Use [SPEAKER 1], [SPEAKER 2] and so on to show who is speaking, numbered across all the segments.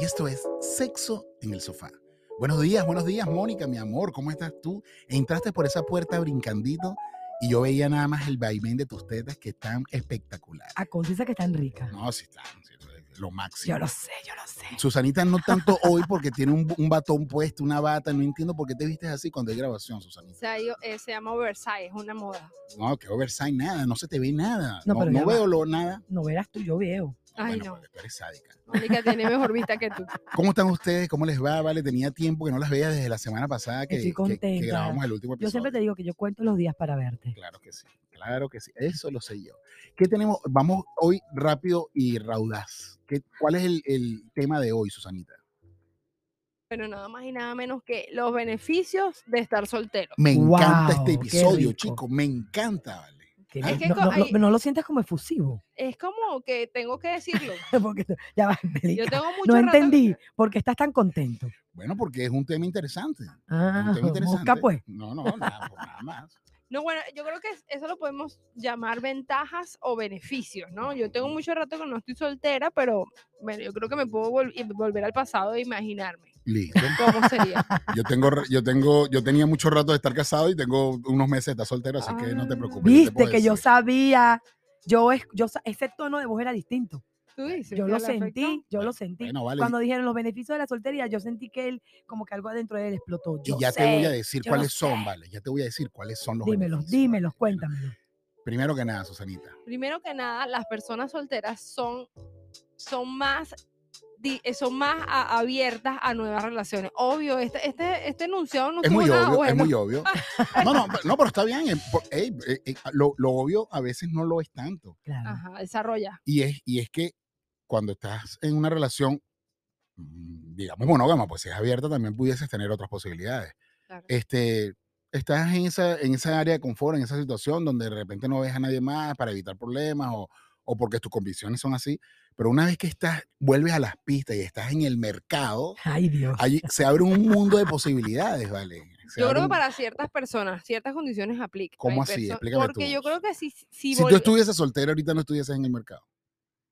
[SPEAKER 1] y esto es Sexo en el Sofá. Buenos días, buenos días, Mónica, mi amor, ¿cómo estás tú? Entraste por esa puerta brincandito y yo veía nada más el vaivén de tus tetas que están espectacular.
[SPEAKER 2] A confiesa que están ricas.
[SPEAKER 1] No, sí, están, sí, lo máximo.
[SPEAKER 2] Yo lo sé, yo lo sé.
[SPEAKER 1] Susanita no tanto hoy porque tiene un, un batón puesto, una bata, no entiendo por qué te vistes así cuando hay grabación,
[SPEAKER 3] O
[SPEAKER 1] Susanita.
[SPEAKER 3] sea, yo- eh, se llama Oversize, es una moda.
[SPEAKER 1] No, que oversize nada, no se te ve nada,
[SPEAKER 2] No,
[SPEAKER 1] no,
[SPEAKER 2] pero
[SPEAKER 1] no
[SPEAKER 2] ya va.
[SPEAKER 1] veo lo nada.
[SPEAKER 2] No verás tú, yo veo.
[SPEAKER 3] Ay,
[SPEAKER 1] bueno,
[SPEAKER 3] no.
[SPEAKER 1] pues, tú eres sádica.
[SPEAKER 3] Mónica tiene mejor vista que tú.
[SPEAKER 1] ¿Cómo están ustedes? ¿Cómo les va? Vale, tenía tiempo que no las veía desde la semana pasada que, que-
[SPEAKER 2] Estoy
[SPEAKER 1] que
[SPEAKER 2] contenta.
[SPEAKER 1] grabamos el último episodio.
[SPEAKER 2] Yo siempre te digo que yo cuento los días para verte.
[SPEAKER 1] Claro que sí, claro que sí. Eso lo sé yo. ¿Qué tenemos? Vamos hoy rápido y raudaz. ¿Qué, ¿Cuál es el, el tema de hoy, Susanita?
[SPEAKER 3] Pero nada más y nada menos que los beneficios de estar soltero.
[SPEAKER 1] Me encanta este
[SPEAKER 2] Guau, qué
[SPEAKER 1] episodio,
[SPEAKER 2] rico.
[SPEAKER 1] chico. Me encanta, vale.
[SPEAKER 2] Que
[SPEAKER 3] Es
[SPEAKER 2] no-
[SPEAKER 3] que
[SPEAKER 2] no,
[SPEAKER 3] co-
[SPEAKER 2] no- no-
[SPEAKER 3] hay-
[SPEAKER 2] no lo sientas como efusivo.
[SPEAKER 3] Es como que tengo que decirlo.
[SPEAKER 2] Porque ya va,
[SPEAKER 3] Yo
[SPEAKER 2] explica.
[SPEAKER 3] tengo mucho
[SPEAKER 2] No
[SPEAKER 3] rato-
[SPEAKER 2] entendí porque estás tan contento.
[SPEAKER 1] Bueno, porque es un tema interesante. es
[SPEAKER 2] Ah,
[SPEAKER 1] un tema interesante.
[SPEAKER 2] busca pues.
[SPEAKER 1] No, no, nada, pues, nada más.
[SPEAKER 3] No, bueno, yo creo que eso lo podemos llamar ventajas o beneficios, ¿no? Yo tengo mucho rato que no estoy soltera, pero bueno, yo creo que me puedo vol- y volver al pasado e imaginarme
[SPEAKER 1] Listo.
[SPEAKER 3] cómo sería.
[SPEAKER 1] Yo tengo, re- yo tengo, yo tenía mucho rato de estar casado y tengo unos meses de estar soltero, así que no te
[SPEAKER 3] Ah.
[SPEAKER 1] preocupes. yo te
[SPEAKER 2] Viste
[SPEAKER 1] puedo
[SPEAKER 2] que yo
[SPEAKER 1] decir.
[SPEAKER 2] sabía. Yo, es- yo sa- ese tono de voz era distinto.
[SPEAKER 3] Tú dices.
[SPEAKER 2] Yo
[SPEAKER 3] que
[SPEAKER 2] lo
[SPEAKER 3] le afectó.
[SPEAKER 2] sentí, yo
[SPEAKER 1] Bueno,
[SPEAKER 2] lo sentí.
[SPEAKER 1] Bueno, vale.
[SPEAKER 2] Cuando dijeron los beneficios de la soltería, yo sentí que él, como que algo adentro de él explotó. Yo
[SPEAKER 1] y ya
[SPEAKER 2] sé.
[SPEAKER 1] te voy a decir
[SPEAKER 2] yo lo
[SPEAKER 1] cuáles son,
[SPEAKER 2] sé.
[SPEAKER 1] vale. Ya te voy a decir cuáles son los
[SPEAKER 2] dímelos,
[SPEAKER 1] beneficios,
[SPEAKER 2] dímelos,
[SPEAKER 1] vale. Bueno,
[SPEAKER 2] cuéntamelo.
[SPEAKER 1] Primero que nada, Susanita.
[SPEAKER 3] primero que nada, las personas solteras son, son más di- eh, son más a- abiertas a nuevas relaciones. Obvio, este, este, este enunciado no
[SPEAKER 1] Es
[SPEAKER 3] tuvo
[SPEAKER 1] muy
[SPEAKER 3] nada
[SPEAKER 1] obvio, es
[SPEAKER 3] bueno.
[SPEAKER 1] muy obvio. No, no, no, pero está bien. eh, por- ey, eh, eh, lo, lo obvio a veces no lo es tanto.
[SPEAKER 2] Claro.
[SPEAKER 3] Ajá, desarrolla.
[SPEAKER 1] Y es, y es que cuando estás en una relación, mm, digamos monógama, pues si es abierta también pudieses tener otras posibilidades.
[SPEAKER 3] claro.
[SPEAKER 1] Este, estás en esa, en esa área de confort, en esa situación donde de repente no ves a nadie más para evitar problemas o, o porque tus convicciones son así. Pero una vez que estás, vuelves a las pistas y estás en el mercado,
[SPEAKER 2] Ay, Dios.
[SPEAKER 1] allí se abre un mundo de posibilidades, ¿vale? Se
[SPEAKER 3] Yo
[SPEAKER 1] abre
[SPEAKER 3] creo que
[SPEAKER 1] un-
[SPEAKER 3] para ciertas personas, ciertas condiciones aplica.
[SPEAKER 1] ¿Cómo
[SPEAKER 3] Hay
[SPEAKER 1] así?
[SPEAKER 3] perso-
[SPEAKER 1] Explícame
[SPEAKER 3] Porque
[SPEAKER 1] tú.
[SPEAKER 3] yo creo que si, si,
[SPEAKER 1] Si tú
[SPEAKER 3] vol-
[SPEAKER 1] estuvieses soltero ahorita no estuvieses en el mercado.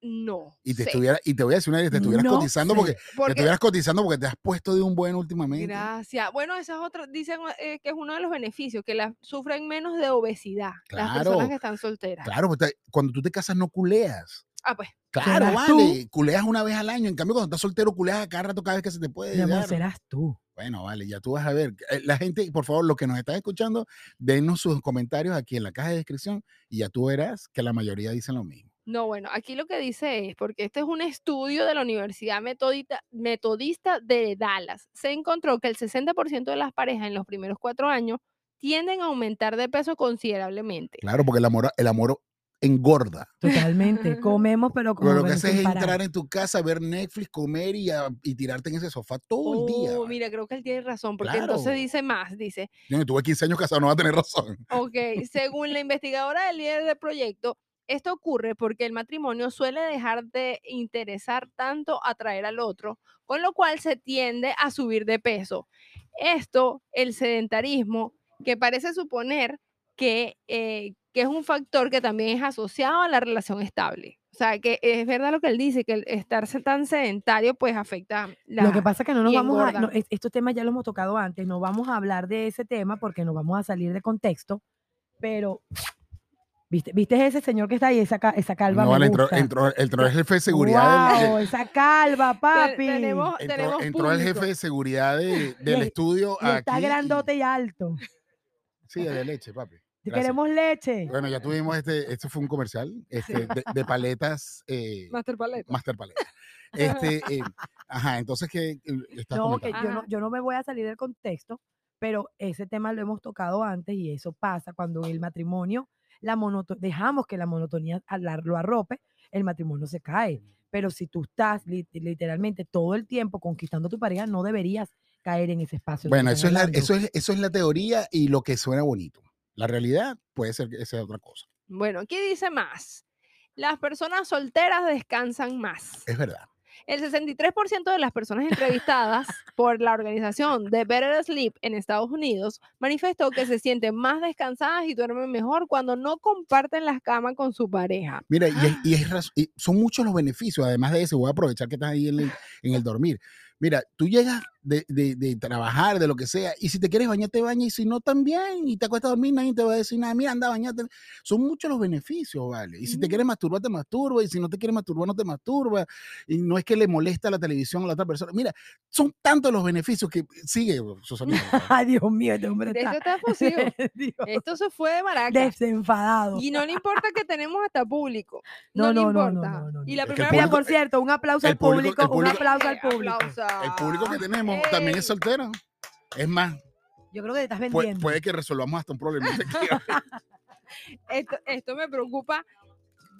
[SPEAKER 3] no.
[SPEAKER 1] Y te
[SPEAKER 3] sé,
[SPEAKER 1] estuviera, y te voy a decir una vez, te estuvieras
[SPEAKER 2] No
[SPEAKER 1] cotizando
[SPEAKER 2] sé.
[SPEAKER 1] porque, te
[SPEAKER 3] porque-
[SPEAKER 1] estuvieras cotizando porque te has puesto de un buen últimamente.
[SPEAKER 3] Gracias. Bueno, eso es otro, dicen eh, que es uno de los beneficios, que las sufren menos de obesidad las
[SPEAKER 1] Claro.
[SPEAKER 3] personas que están solteras.
[SPEAKER 1] Claro, porque te- cuando tú te casas no culeas.
[SPEAKER 3] Ah, pues,
[SPEAKER 1] Claro,
[SPEAKER 2] ¿Serás tú?
[SPEAKER 1] vale. Culeas una vez al año. En cambio, cuando estás soltero, culeas a cada rato cada vez que se te puede.
[SPEAKER 2] Mi amor,
[SPEAKER 1] dar.
[SPEAKER 2] serás tú.
[SPEAKER 1] Bueno, vale, ya tú vas a ver. Eh, La gente, por favor, los que nos están escuchando, denos sus comentarios aquí en la caja de descripción y ya tú verás que la mayoría dicen lo mismo.
[SPEAKER 3] No, bueno, aquí lo que dice es, porque este es un estudio de la Universidad Metodita- Metodista de Dallas, se encontró que el 60% de las parejas en los primeros cuatro años tienden a aumentar de peso considerablemente.
[SPEAKER 1] Claro, porque el amor, el amor engorda.
[SPEAKER 2] Totalmente. Comemos, pero como
[SPEAKER 1] Pero lo que
[SPEAKER 2] bueno,
[SPEAKER 1] haces
[SPEAKER 2] sin
[SPEAKER 1] es
[SPEAKER 2] parar.
[SPEAKER 1] entrar en tu casa, ver Netflix, comer y, a- y tirarte en ese sofá todo el día.
[SPEAKER 3] Oh,
[SPEAKER 1] vale.
[SPEAKER 3] mira, creo que él tiene razón, porque entonces
[SPEAKER 1] Claro.
[SPEAKER 3] dice más, dice,
[SPEAKER 1] Yo que tuve 15 años casado, no va a tener razón.
[SPEAKER 3] ok, según la investigadora del líder del proyecto, esto ocurre porque el matrimonio suele dejar de interesar tanto atraer al otro, con lo cual se tiende a subir de peso. Esto, el sedentarismo, que parece suponer que, eh, que es un factor que también es asociado a la relación estable. O sea, que es verdad lo que él dice, que el estarse tan sedentario pues afecta la...
[SPEAKER 2] Lo que pasa es que no nos
[SPEAKER 3] y
[SPEAKER 2] vamos a.
[SPEAKER 3] engorda.
[SPEAKER 2] no, es- estos temas ya los hemos tocado antes, no vamos a hablar de ese tema porque nos vamos a salir de contexto, pero. ¿Viste, ¿viste ese señor que está ahí? Esa, ca- esa calva.
[SPEAKER 1] no,
[SPEAKER 2] me
[SPEAKER 1] vale, entró,
[SPEAKER 2] gusta.
[SPEAKER 1] entró- entró el jefe de seguridad. del-
[SPEAKER 2] Guau, esa calva,
[SPEAKER 3] Te-
[SPEAKER 2] papi.
[SPEAKER 3] tenemos,
[SPEAKER 1] entró-
[SPEAKER 3] tenemos
[SPEAKER 1] entró el
[SPEAKER 3] público.
[SPEAKER 1] jefe de seguridad de- del
[SPEAKER 2] Y-
[SPEAKER 1] estudio.
[SPEAKER 2] Y está
[SPEAKER 1] aquí y-
[SPEAKER 2] grandote y alto.
[SPEAKER 1] Sí, de leche, papi. Gracias.
[SPEAKER 2] Queremos leche.
[SPEAKER 1] Bueno, ya tuvimos este, esto fue un comercial este, de, de paletas, eh,
[SPEAKER 3] Master Paleta.
[SPEAKER 1] Master Paleta. Este, eh, ajá, entonces que está
[SPEAKER 2] Eh, No, que yo no,
[SPEAKER 3] Ajá.
[SPEAKER 2] yo no me voy a salir del contexto, pero ese tema lo hemos tocado antes y eso pasa cuando el matrimonio, la monoto- dejamos que la monotonía a la- lo arrope, el matrimonio se cae. Pero si tú estás lit- literalmente todo el tiempo conquistando a tu pareja, no deberías caer en ese espacio. del que
[SPEAKER 1] Bueno, eso
[SPEAKER 2] están
[SPEAKER 1] es, la,
[SPEAKER 2] hablando.
[SPEAKER 1] eso, es, eso es la teoría y lo que suena bonito. La realidad puede ser que sea otra cosa.
[SPEAKER 3] Bueno, ¿qué dice más? Las personas solteras descansan más.
[SPEAKER 1] Eh. Es verdad.
[SPEAKER 3] El 63% de las personas entrevistadas por la organización de Better Sleep en Estados Unidos manifestó que se sienten más descansadas y duermen mejor cuando no comparten las camas con su pareja.
[SPEAKER 1] Mira, y, es- y es raz- y son muchos los beneficios, además de eso, voy a aprovechar que estás ahí en el, en el dormir. Mira, tú llegas de, de- de trabajar, de lo que sea, y si te quieres bañar, te bañas, y si no, también, y te acuestas a dormir, nadie te va a decir nada, mira, anda, bañate. Son muchos los beneficios, ¿vale? Y si te
[SPEAKER 3] Ujú.
[SPEAKER 1] quieres masturbar, te masturba, y si no te quieres masturbar, no te masturba, y no es que le molesta la televisión a la otra persona. Mira, son tantos los beneficios que sigue, Susana. por favor.
[SPEAKER 2] Ay, Dios mío, este hombre
[SPEAKER 3] Esto
[SPEAKER 2] está
[SPEAKER 3] está fusivo.
[SPEAKER 2] Dios,
[SPEAKER 3] Esto se fue de Maracas.
[SPEAKER 2] desenfadado.
[SPEAKER 3] Y no le importa que tenemos hasta público.
[SPEAKER 2] No,
[SPEAKER 3] No, le
[SPEAKER 2] no, no, no,
[SPEAKER 3] importa.
[SPEAKER 2] no, no,
[SPEAKER 3] Y
[SPEAKER 2] no.
[SPEAKER 1] Es que
[SPEAKER 3] la
[SPEAKER 1] el
[SPEAKER 3] primera
[SPEAKER 2] Mira,
[SPEAKER 3] vez
[SPEAKER 1] público-
[SPEAKER 2] por cierto, un aplauso
[SPEAKER 1] el
[SPEAKER 2] al
[SPEAKER 1] público- el
[SPEAKER 2] público, un
[SPEAKER 1] público- eh,
[SPEAKER 2] aplauso al público.
[SPEAKER 1] El público
[SPEAKER 3] Ah,
[SPEAKER 1] que tenemos también es
[SPEAKER 3] Ey.
[SPEAKER 1] soltero. Es más,
[SPEAKER 2] Yo creo que te estás
[SPEAKER 1] pue-
[SPEAKER 2] vendiendo.
[SPEAKER 1] puede que resolvamos hasta un problema.
[SPEAKER 3] esto, esto me preocupa.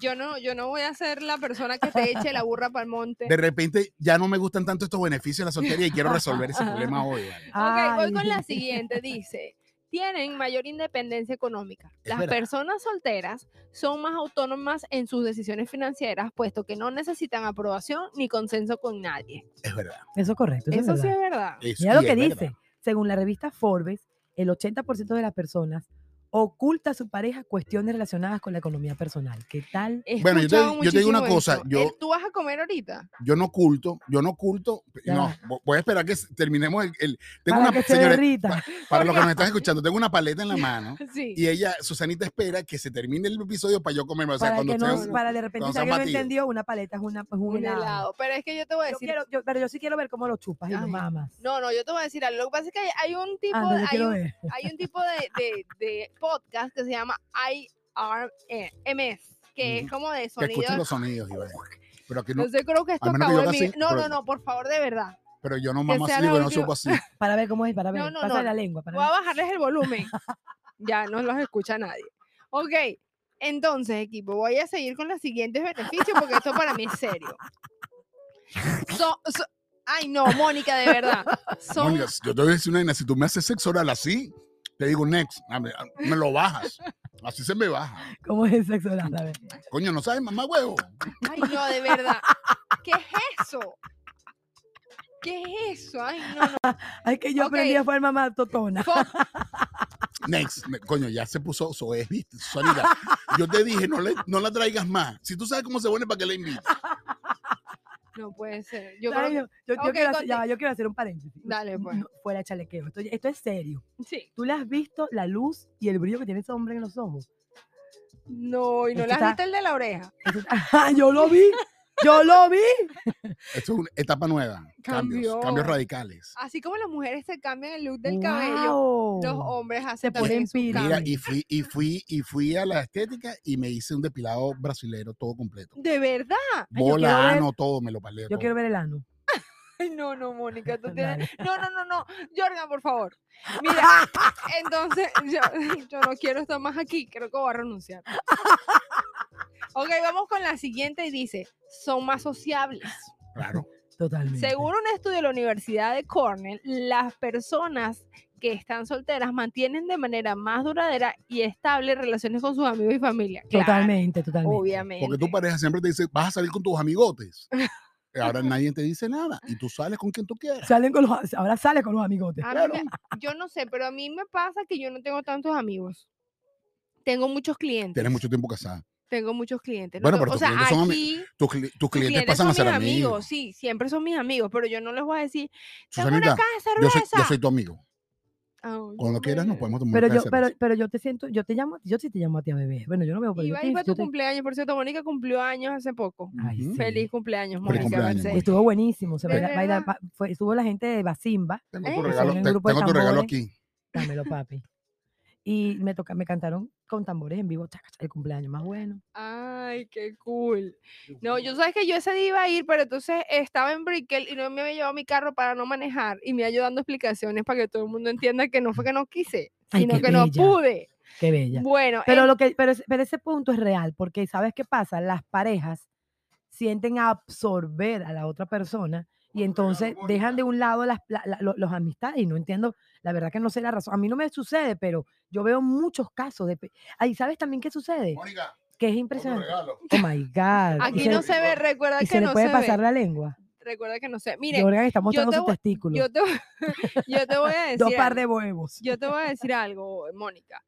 [SPEAKER 3] Yo no, yo no voy a ser la persona que te eche la burra para el monte.
[SPEAKER 1] de repente ya no me gustan tanto estos beneficios de la soltería y quiero resolver ese problema hoy. ¿vale?
[SPEAKER 3] Ok, voy con la
[SPEAKER 2] Ay.
[SPEAKER 3] siguiente. Dice, tienen mayor independencia económica.
[SPEAKER 1] Es
[SPEAKER 3] Las
[SPEAKER 1] verdad.
[SPEAKER 3] personas solteras son más autónomas en sus decisiones financieras, puesto que no necesitan aprobación ni consenso con nadie.
[SPEAKER 1] Es verdad.
[SPEAKER 2] Eso es correcto. Eso,
[SPEAKER 3] Eso
[SPEAKER 2] es
[SPEAKER 3] sí
[SPEAKER 2] verdad.
[SPEAKER 3] es verdad.
[SPEAKER 1] es-
[SPEAKER 2] Mira lo
[SPEAKER 1] y
[SPEAKER 2] que
[SPEAKER 1] es verdad.
[SPEAKER 2] dice. Según la revista Forbes, el 80% de las personas oculta a su pareja cuestiones relacionadas con la economía personal. ¿Qué tal?
[SPEAKER 3] He
[SPEAKER 1] Bueno, yo te-
[SPEAKER 3] escuchado
[SPEAKER 1] yo te digo una
[SPEAKER 3] muchísimo
[SPEAKER 1] cosa,
[SPEAKER 3] eso.
[SPEAKER 1] yo-
[SPEAKER 3] El, Tú vas a comer ahorita.
[SPEAKER 1] Yo no oculto, yo no oculto.
[SPEAKER 2] Ya
[SPEAKER 1] No,
[SPEAKER 2] va.
[SPEAKER 1] vo- voy a esperar que s- terminemos el. el- tengo
[SPEAKER 2] Para
[SPEAKER 1] una,
[SPEAKER 2] que se
[SPEAKER 1] señores,
[SPEAKER 2] derrita.
[SPEAKER 1] pa- para los que nos están escuchando, tengo una paleta en la mano
[SPEAKER 3] Sí.
[SPEAKER 1] y ella, Susanita, espera que se termine el episodio para yo comerme. O sea,
[SPEAKER 2] para
[SPEAKER 1] cuando
[SPEAKER 2] que
[SPEAKER 1] sea
[SPEAKER 2] no,
[SPEAKER 1] un-
[SPEAKER 2] para de repente
[SPEAKER 1] cuando
[SPEAKER 2] si
[SPEAKER 1] sea un
[SPEAKER 2] alguien no
[SPEAKER 1] batido.
[SPEAKER 2] entendió, una paleta es una, pues, un,
[SPEAKER 3] Un
[SPEAKER 2] helado.
[SPEAKER 3] helado. Pero es que yo te voy a
[SPEAKER 2] Yo
[SPEAKER 3] decir.
[SPEAKER 2] quiero- yo- pero yo sí quiero ver cómo lo chupas y lo
[SPEAKER 3] Ay,
[SPEAKER 2] mamas.
[SPEAKER 3] No, no, yo te voy a decir algo. Lo que pasa es que hay, hay un tipo,
[SPEAKER 2] Ah, no, yo
[SPEAKER 3] hay,
[SPEAKER 2] quiero
[SPEAKER 3] un,
[SPEAKER 2] ver.
[SPEAKER 3] hay un tipo de, de- de podcast que se llama IRMS, que es
[SPEAKER 1] Ujú.
[SPEAKER 3] como de
[SPEAKER 1] Que escuchen los
[SPEAKER 3] sonidos.
[SPEAKER 1] sonidos, Iván. Pero, aquí no,
[SPEAKER 3] No sé, creo que esto
[SPEAKER 1] menos que
[SPEAKER 3] acabó
[SPEAKER 1] yo
[SPEAKER 3] en
[SPEAKER 1] haga
[SPEAKER 3] mi-
[SPEAKER 1] así,
[SPEAKER 3] No,
[SPEAKER 1] pero-
[SPEAKER 3] no, no, por favor, de verdad.
[SPEAKER 1] pero yo no mamo
[SPEAKER 3] sea
[SPEAKER 1] así,
[SPEAKER 3] la
[SPEAKER 1] yo no
[SPEAKER 3] última-
[SPEAKER 1] supo así.
[SPEAKER 2] Para ver cómo es, para ver.
[SPEAKER 3] No, no,
[SPEAKER 2] Pasa
[SPEAKER 3] no.
[SPEAKER 2] la lengua. Para
[SPEAKER 3] Voy a
[SPEAKER 2] ver.
[SPEAKER 3] bajarles el volumen. Ya no los escucha nadie. Ok, entonces, equipo, voy a seguir con los siguientes beneficios porque esto para mí es serio. So- so- ay, no, Mónica, de verdad. Son
[SPEAKER 1] Mónica, yo te voy a decir una vaina, si tú me haces sexo oral así, te digo next, a me, a- me lo bajas. Así se me baja.
[SPEAKER 2] ¿Cómo es el sexo oral? A ver.
[SPEAKER 1] Coño, no sabes, mamá huevo.
[SPEAKER 3] Ay, no, de verdad. ¿Qué es eso? ¿Qué es eso? Ay, no, no.
[SPEAKER 2] Ay, que yo
[SPEAKER 3] Ok.
[SPEAKER 2] aprendí a formar más totona.
[SPEAKER 3] Fo-
[SPEAKER 1] Next, me- coño, ya se puso soez, ¿viste? Susanita, yo te dije, no, le- no la traigas más. Si tú sabes cómo se pone, ¿para que la invites?
[SPEAKER 3] No puede ser. Yo
[SPEAKER 2] Ay,
[SPEAKER 3] creo
[SPEAKER 2] yo, yo- yo
[SPEAKER 3] Ok,
[SPEAKER 2] quiero hacer, ya
[SPEAKER 3] conti-
[SPEAKER 2] va, yo quiero hacer un paréntesis.
[SPEAKER 3] Dale, pues.
[SPEAKER 2] No, fuera de chalequeo. Esto, esto es serio.
[SPEAKER 3] que sí.
[SPEAKER 2] Tú le has visto la luz y el brillo que tiene ese hombre en los ojos.
[SPEAKER 3] No, y no
[SPEAKER 2] Es
[SPEAKER 3] le
[SPEAKER 2] que
[SPEAKER 3] has
[SPEAKER 2] está-
[SPEAKER 3] visto el de la oreja.
[SPEAKER 2] Eso es- ¡Ah, yo lo vi. Yo lo vi.
[SPEAKER 1] Esto es una etapa nueva. Cambios,
[SPEAKER 3] Cambió.
[SPEAKER 1] cambios radicales.
[SPEAKER 3] Así como las mujeres se cambian el look del cabello, los
[SPEAKER 2] Guau.
[SPEAKER 3] hombres hacen
[SPEAKER 2] ponen
[SPEAKER 3] también sus
[SPEAKER 2] pila.
[SPEAKER 1] Mira,
[SPEAKER 3] cambios.
[SPEAKER 1] y fui, y fui, y fui a la estética y me hice un depilado brasilero todo completo.
[SPEAKER 3] De verdad.
[SPEAKER 2] yo quiero
[SPEAKER 1] Bola,
[SPEAKER 2] ver-
[SPEAKER 1] ano, todo, me lo paleo.
[SPEAKER 2] Yo
[SPEAKER 1] todo.
[SPEAKER 2] quiero ver el ano.
[SPEAKER 3] Ay, no, no, Mónica, tú
[SPEAKER 2] Dale.
[SPEAKER 3] tienes. No, no, no, no. Jordan, por favor. Mira, entonces yo, yo no quiero estar más aquí. Creo que voy a renunciar. Ok, vamos con la siguiente y dice: son más sociables.
[SPEAKER 1] Claro.
[SPEAKER 2] Totalmente.
[SPEAKER 3] Según un estudio de la Universidad de Cornell, las personas que están solteras mantienen de manera más duradera y estable relaciones con sus amigos y familia. Claro,
[SPEAKER 2] Totalmente, totalmente.
[SPEAKER 3] Obviamente.
[SPEAKER 1] Porque tu pareja siempre te dice, vas a salir con tus amigotes. Ahora nadie te dice nada y tú sales con quien tú quieras.
[SPEAKER 2] Salen con los, ahora sale con los amigotes.
[SPEAKER 3] A mí me- yo no sé, pero a mí me pasa que yo no tengo tantos amigos. Tengo muchos clientes.
[SPEAKER 1] Tienes mucho tiempo casada.
[SPEAKER 3] Tengo muchos clientes. no
[SPEAKER 1] Bueno,
[SPEAKER 3] tengo-
[SPEAKER 1] pero
[SPEAKER 3] o
[SPEAKER 1] tus
[SPEAKER 3] sea,
[SPEAKER 1] clientes son ami-
[SPEAKER 3] aquí mis
[SPEAKER 1] Tus, cli- tus clientes, pasan a
[SPEAKER 3] son
[SPEAKER 1] ser
[SPEAKER 3] mis
[SPEAKER 1] amigos.
[SPEAKER 3] Sí, siempre son mis amigos, pero yo no les voy a decir, tengo
[SPEAKER 1] Susanita,
[SPEAKER 3] una casa
[SPEAKER 1] yo soy,
[SPEAKER 3] cerveza.
[SPEAKER 1] yo soy tu amigo.
[SPEAKER 3] Ah, no,
[SPEAKER 1] Cuando quieras nos podemos tomar
[SPEAKER 2] Pero
[SPEAKER 1] una
[SPEAKER 2] yo,
[SPEAKER 1] cerveza.
[SPEAKER 2] pero, pero yo te siento, yo te llamo, yo sí te llamo a ti a bebé. Bueno, yo no veo, pero yo
[SPEAKER 3] Iba a
[SPEAKER 2] te,
[SPEAKER 3] ir para tu
[SPEAKER 2] yo te-
[SPEAKER 3] cumpleaños, por cierto, Mónica cumplió años hace poco.
[SPEAKER 2] Ay,
[SPEAKER 1] Ujú.
[SPEAKER 2] sí.
[SPEAKER 3] Feliz cumpleaños,
[SPEAKER 1] Feliz
[SPEAKER 3] Mónica
[SPEAKER 1] cumpleaños,
[SPEAKER 3] Mercedes.
[SPEAKER 1] Mónica.
[SPEAKER 2] Estuvo buenísimo. Se
[SPEAKER 3] De
[SPEAKER 2] baila- baila-
[SPEAKER 3] verdad.
[SPEAKER 2] pa- fue- estuvo la gente de Basimba.
[SPEAKER 1] Tengo
[SPEAKER 3] Eh,
[SPEAKER 1] tu
[SPEAKER 3] son
[SPEAKER 1] regalo,
[SPEAKER 2] un
[SPEAKER 1] te-
[SPEAKER 2] grupo de
[SPEAKER 1] tengo tu regalo
[SPEAKER 2] tambores.
[SPEAKER 1] aquí.
[SPEAKER 2] Dámelo, papi. Y me toca, me cantaron con tambores en vivo. chaca, chaca, El cumpleaños más bueno.
[SPEAKER 3] Ay, qué cool. No, yo sabes que yo ese día iba a ir, pero entonces estaba en Brickell y no me había llevado mi carro para no manejar y me iba dando explicaciones para que todo el mundo entienda que no fue que no quise,
[SPEAKER 2] Ay,
[SPEAKER 3] sino
[SPEAKER 2] qué
[SPEAKER 3] que no
[SPEAKER 2] bella.
[SPEAKER 3] pude.
[SPEAKER 2] Qué bella.
[SPEAKER 3] Bueno,
[SPEAKER 2] Pero,
[SPEAKER 3] en-
[SPEAKER 2] lo que, pero, es- pero ese punto es real, porque ¿sabes qué pasa? Las parejas sienten a absorber a la otra persona y entonces dejan de un lado las la- la- lo- los amistades y no entiendo, la verdad que no sé la razón. A mí no me sucede, pero yo veo muchos casos de... pe- Ahí sabes también qué sucede,
[SPEAKER 1] Mónica,
[SPEAKER 2] que es impresionante. Oh my God. y
[SPEAKER 3] aquí
[SPEAKER 2] se-
[SPEAKER 3] no se ve, recuerda
[SPEAKER 2] y
[SPEAKER 3] que
[SPEAKER 2] se le
[SPEAKER 3] no
[SPEAKER 2] puede
[SPEAKER 3] se
[SPEAKER 2] pasar
[SPEAKER 3] ve.
[SPEAKER 2] la lengua.
[SPEAKER 3] recuerda que no sé. Mire,
[SPEAKER 2] Jorgan está mostrando
[SPEAKER 3] te
[SPEAKER 2] sus
[SPEAKER 3] voy-
[SPEAKER 2] testículos.
[SPEAKER 3] yo te, yo te voy a decir.
[SPEAKER 2] Dos par
[SPEAKER 3] algo.
[SPEAKER 2] de huevos.
[SPEAKER 3] Yo te voy a decir algo, Mónica.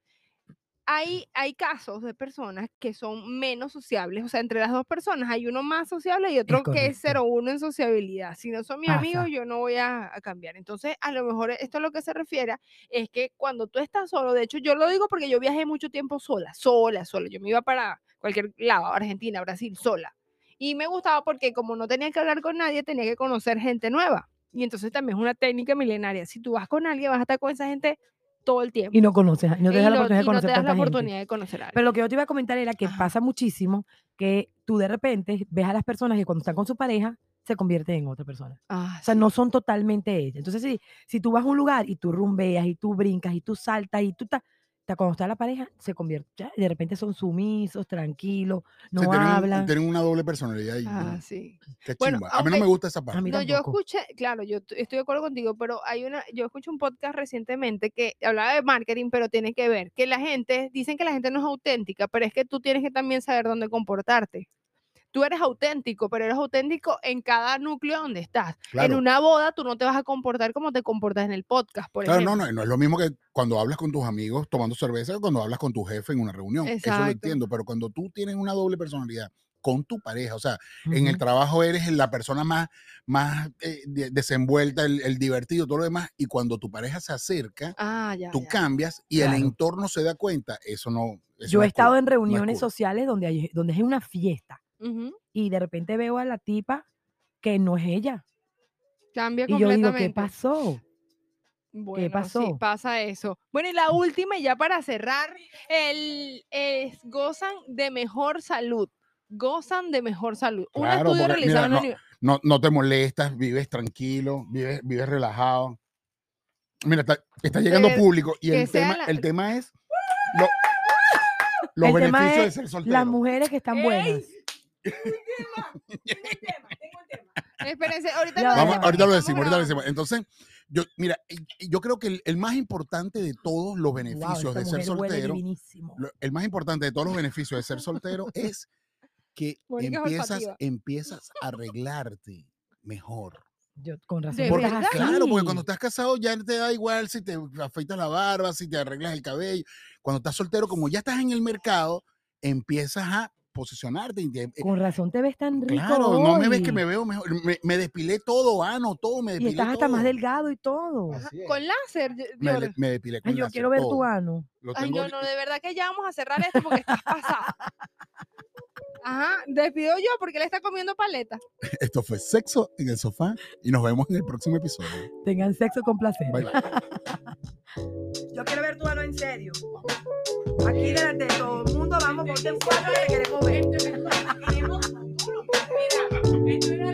[SPEAKER 3] Hay, hay casos de personas que son menos sociables, o sea, entre las dos personas hay uno más sociable y otro que es
[SPEAKER 2] correcto.
[SPEAKER 3] 0,1 en sociabilidad. Si no son mis amigos,
[SPEAKER 2] Pasa.
[SPEAKER 3] yo no voy a, a cambiar. Entonces, a lo mejor esto es lo que se refiere es que cuando tú estás solo, de hecho, yo lo digo porque yo viajé mucho tiempo sola, sola, sola. Yo me iba para cualquier lado, Argentina, Brasil, sola. Y me gustaba porque como no tenía que hablar con nadie, tenía que conocer gente nueva. Y entonces también es una técnica milenaria. Si tú vas con alguien, vas a estar con esa gente todo el tiempo.
[SPEAKER 2] Y no conoces, no te
[SPEAKER 3] Y
[SPEAKER 2] das la
[SPEAKER 3] no-
[SPEAKER 2] oportunidad de
[SPEAKER 3] y no te
[SPEAKER 2] conocer
[SPEAKER 3] das la
[SPEAKER 2] tanta gente.
[SPEAKER 3] oportunidad de conocer a alguien.
[SPEAKER 2] Pero lo que yo te iba a comentar era que
[SPEAKER 3] Ajá.
[SPEAKER 2] pasa muchísimo que tú de repente ves a las personas que cuando están con su pareja se convierten en otra persona.
[SPEAKER 3] Ah,
[SPEAKER 2] O sea,
[SPEAKER 3] sí.
[SPEAKER 2] no son totalmente ellas. Entonces, sí, si tú vas a un lugar y tú rumbeas y tú brincas y tú saltas y tú estás, cuando está la pareja, se convierte, ya, de repente son sumisos, tranquilos, no
[SPEAKER 1] Sí, tienen, un-
[SPEAKER 2] hablan.
[SPEAKER 1] tienen una doble personalidad y
[SPEAKER 3] Ah, sí. Bueno,
[SPEAKER 1] bueno, A mí no
[SPEAKER 3] aunque-
[SPEAKER 1] me gusta esa parte.
[SPEAKER 2] mí
[SPEAKER 3] No, yo
[SPEAKER 2] tampoco.
[SPEAKER 3] escuché, claro, yo t- estoy de acuerdo contigo, pero hay una, yo escuché un podcast recientemente que hablaba de marketing, pero tiene que ver que la gente, dicen que la gente no es auténtica, pero es que tú tienes que también saber dónde comportarte. Tú eres auténtico, pero eres auténtico en cada núcleo donde estás. En
[SPEAKER 1] Claro.
[SPEAKER 3] una boda tú no te vas a comportar como te comportas en el podcast, por
[SPEAKER 1] Claro, no,
[SPEAKER 3] ejemplo.
[SPEAKER 1] no, no es lo mismo que cuando hablas con tus amigos tomando cerveza o cuando hablas con tu jefe en una reunión. Eso lo
[SPEAKER 3] Exacto.
[SPEAKER 1] entiendo, pero cuando tú tienes una doble personalidad con tu pareja, o sea, en el
[SPEAKER 2] Ujú.
[SPEAKER 1] trabajo eres la persona más, más eh, de- desenvuelta, el, el divertido, todo lo demás, y cuando tu pareja se acerca,
[SPEAKER 3] Ah, ya.
[SPEAKER 1] tú
[SPEAKER 3] ya.
[SPEAKER 1] cambias y el
[SPEAKER 2] Claro.
[SPEAKER 1] entorno se da cuenta, eso no... eso
[SPEAKER 2] Yo
[SPEAKER 1] no
[SPEAKER 2] he
[SPEAKER 1] es
[SPEAKER 2] estado
[SPEAKER 1] cool.
[SPEAKER 2] en reuniones
[SPEAKER 1] cool.
[SPEAKER 2] sociales donde, hay, donde es una fiesta
[SPEAKER 3] Ujú,
[SPEAKER 2] y de repente veo a la tipa que no es ella.
[SPEAKER 3] Cambia
[SPEAKER 2] Y yo digo,
[SPEAKER 3] completamente.
[SPEAKER 2] ¿qué pasó?
[SPEAKER 3] Bueno, sí,
[SPEAKER 2] pasó?
[SPEAKER 3] pasa eso. Bueno, y la última, y ya para cerrar, el, es gozan de mejor salud. Gozan de mejor salud.
[SPEAKER 1] Claro,
[SPEAKER 3] Un estudio
[SPEAKER 1] porque,
[SPEAKER 3] realizado
[SPEAKER 1] mira,
[SPEAKER 3] en la
[SPEAKER 1] no-
[SPEAKER 3] uni-
[SPEAKER 1] No, no te molestas, vives tranquilo, vives, vives relajado. Mira, está, está llegando
[SPEAKER 3] Pero
[SPEAKER 1] público y
[SPEAKER 3] que
[SPEAKER 1] el
[SPEAKER 3] sea
[SPEAKER 1] tema,
[SPEAKER 3] la-
[SPEAKER 1] el tema es lo- los
[SPEAKER 2] El tema
[SPEAKER 1] beneficios de
[SPEAKER 2] es
[SPEAKER 1] ser soltero.
[SPEAKER 2] Las mujeres que están
[SPEAKER 3] ¡Ey!
[SPEAKER 2] buenas.
[SPEAKER 3] Espérense, ahorita
[SPEAKER 2] Ya
[SPEAKER 3] lo
[SPEAKER 2] va,
[SPEAKER 1] Vamos-
[SPEAKER 2] ya va.
[SPEAKER 1] ahorita lo decimos, ahorita lo
[SPEAKER 3] estamos grabando.
[SPEAKER 1] decimos. Entonces, yo, mira, y- y yo creo que el, el más importante de todos los
[SPEAKER 2] Wow,
[SPEAKER 1] beneficios
[SPEAKER 2] esta
[SPEAKER 1] de ser
[SPEAKER 2] mujer huele
[SPEAKER 1] soltero,
[SPEAKER 2] divinísimo.
[SPEAKER 1] lo- el más importante de todos los beneficios de ser soltero es que
[SPEAKER 3] Mónica es
[SPEAKER 1] empiezas,
[SPEAKER 3] olfativa.
[SPEAKER 1] empiezas a arreglarte mejor.
[SPEAKER 2] Yo, con razón.
[SPEAKER 3] ¿De
[SPEAKER 1] Porque,
[SPEAKER 2] estás
[SPEAKER 1] claro, porque cuando
[SPEAKER 2] así.
[SPEAKER 1] estás casado ya te da igual si te afeitas la barba, si te arreglas el cabello. Cuando estás soltero, como ya estás en el mercado, empiezas a posicionarte. y te- eh,
[SPEAKER 2] Con razón te ves tan rico.
[SPEAKER 1] claro, no me ves que
[SPEAKER 2] hoy.
[SPEAKER 1] me veo mejor. Me, me depilé todo, ano, todo, me
[SPEAKER 2] Y
[SPEAKER 1] depilé.
[SPEAKER 2] estás hasta más
[SPEAKER 1] todo.
[SPEAKER 2] delgado y todo.
[SPEAKER 1] Así es.
[SPEAKER 3] Con láser. yo-
[SPEAKER 1] Me,
[SPEAKER 3] yo-
[SPEAKER 1] le- me depilé con
[SPEAKER 2] Ay, yo
[SPEAKER 1] láser,
[SPEAKER 2] quiero ver tu
[SPEAKER 1] todo.
[SPEAKER 2] ano.
[SPEAKER 1] Lo
[SPEAKER 3] Ay,
[SPEAKER 1] tengo
[SPEAKER 3] no,
[SPEAKER 1] li-
[SPEAKER 3] no, de verdad que ya vamos a cerrar esto porque estás pasado. Ajá, despido yo porque le está comiendo paleta.
[SPEAKER 1] Esto fue Sexo en el Sofá y nos vemos en el próximo episodio.
[SPEAKER 2] Tengan sexo con placer.
[SPEAKER 1] Bye, bye.
[SPEAKER 2] Yo quiero ver tu ano en serio. Aquí delante de todo el mundo vamos por en cuatro que queremos ver.
[SPEAKER 4] Mira, esto era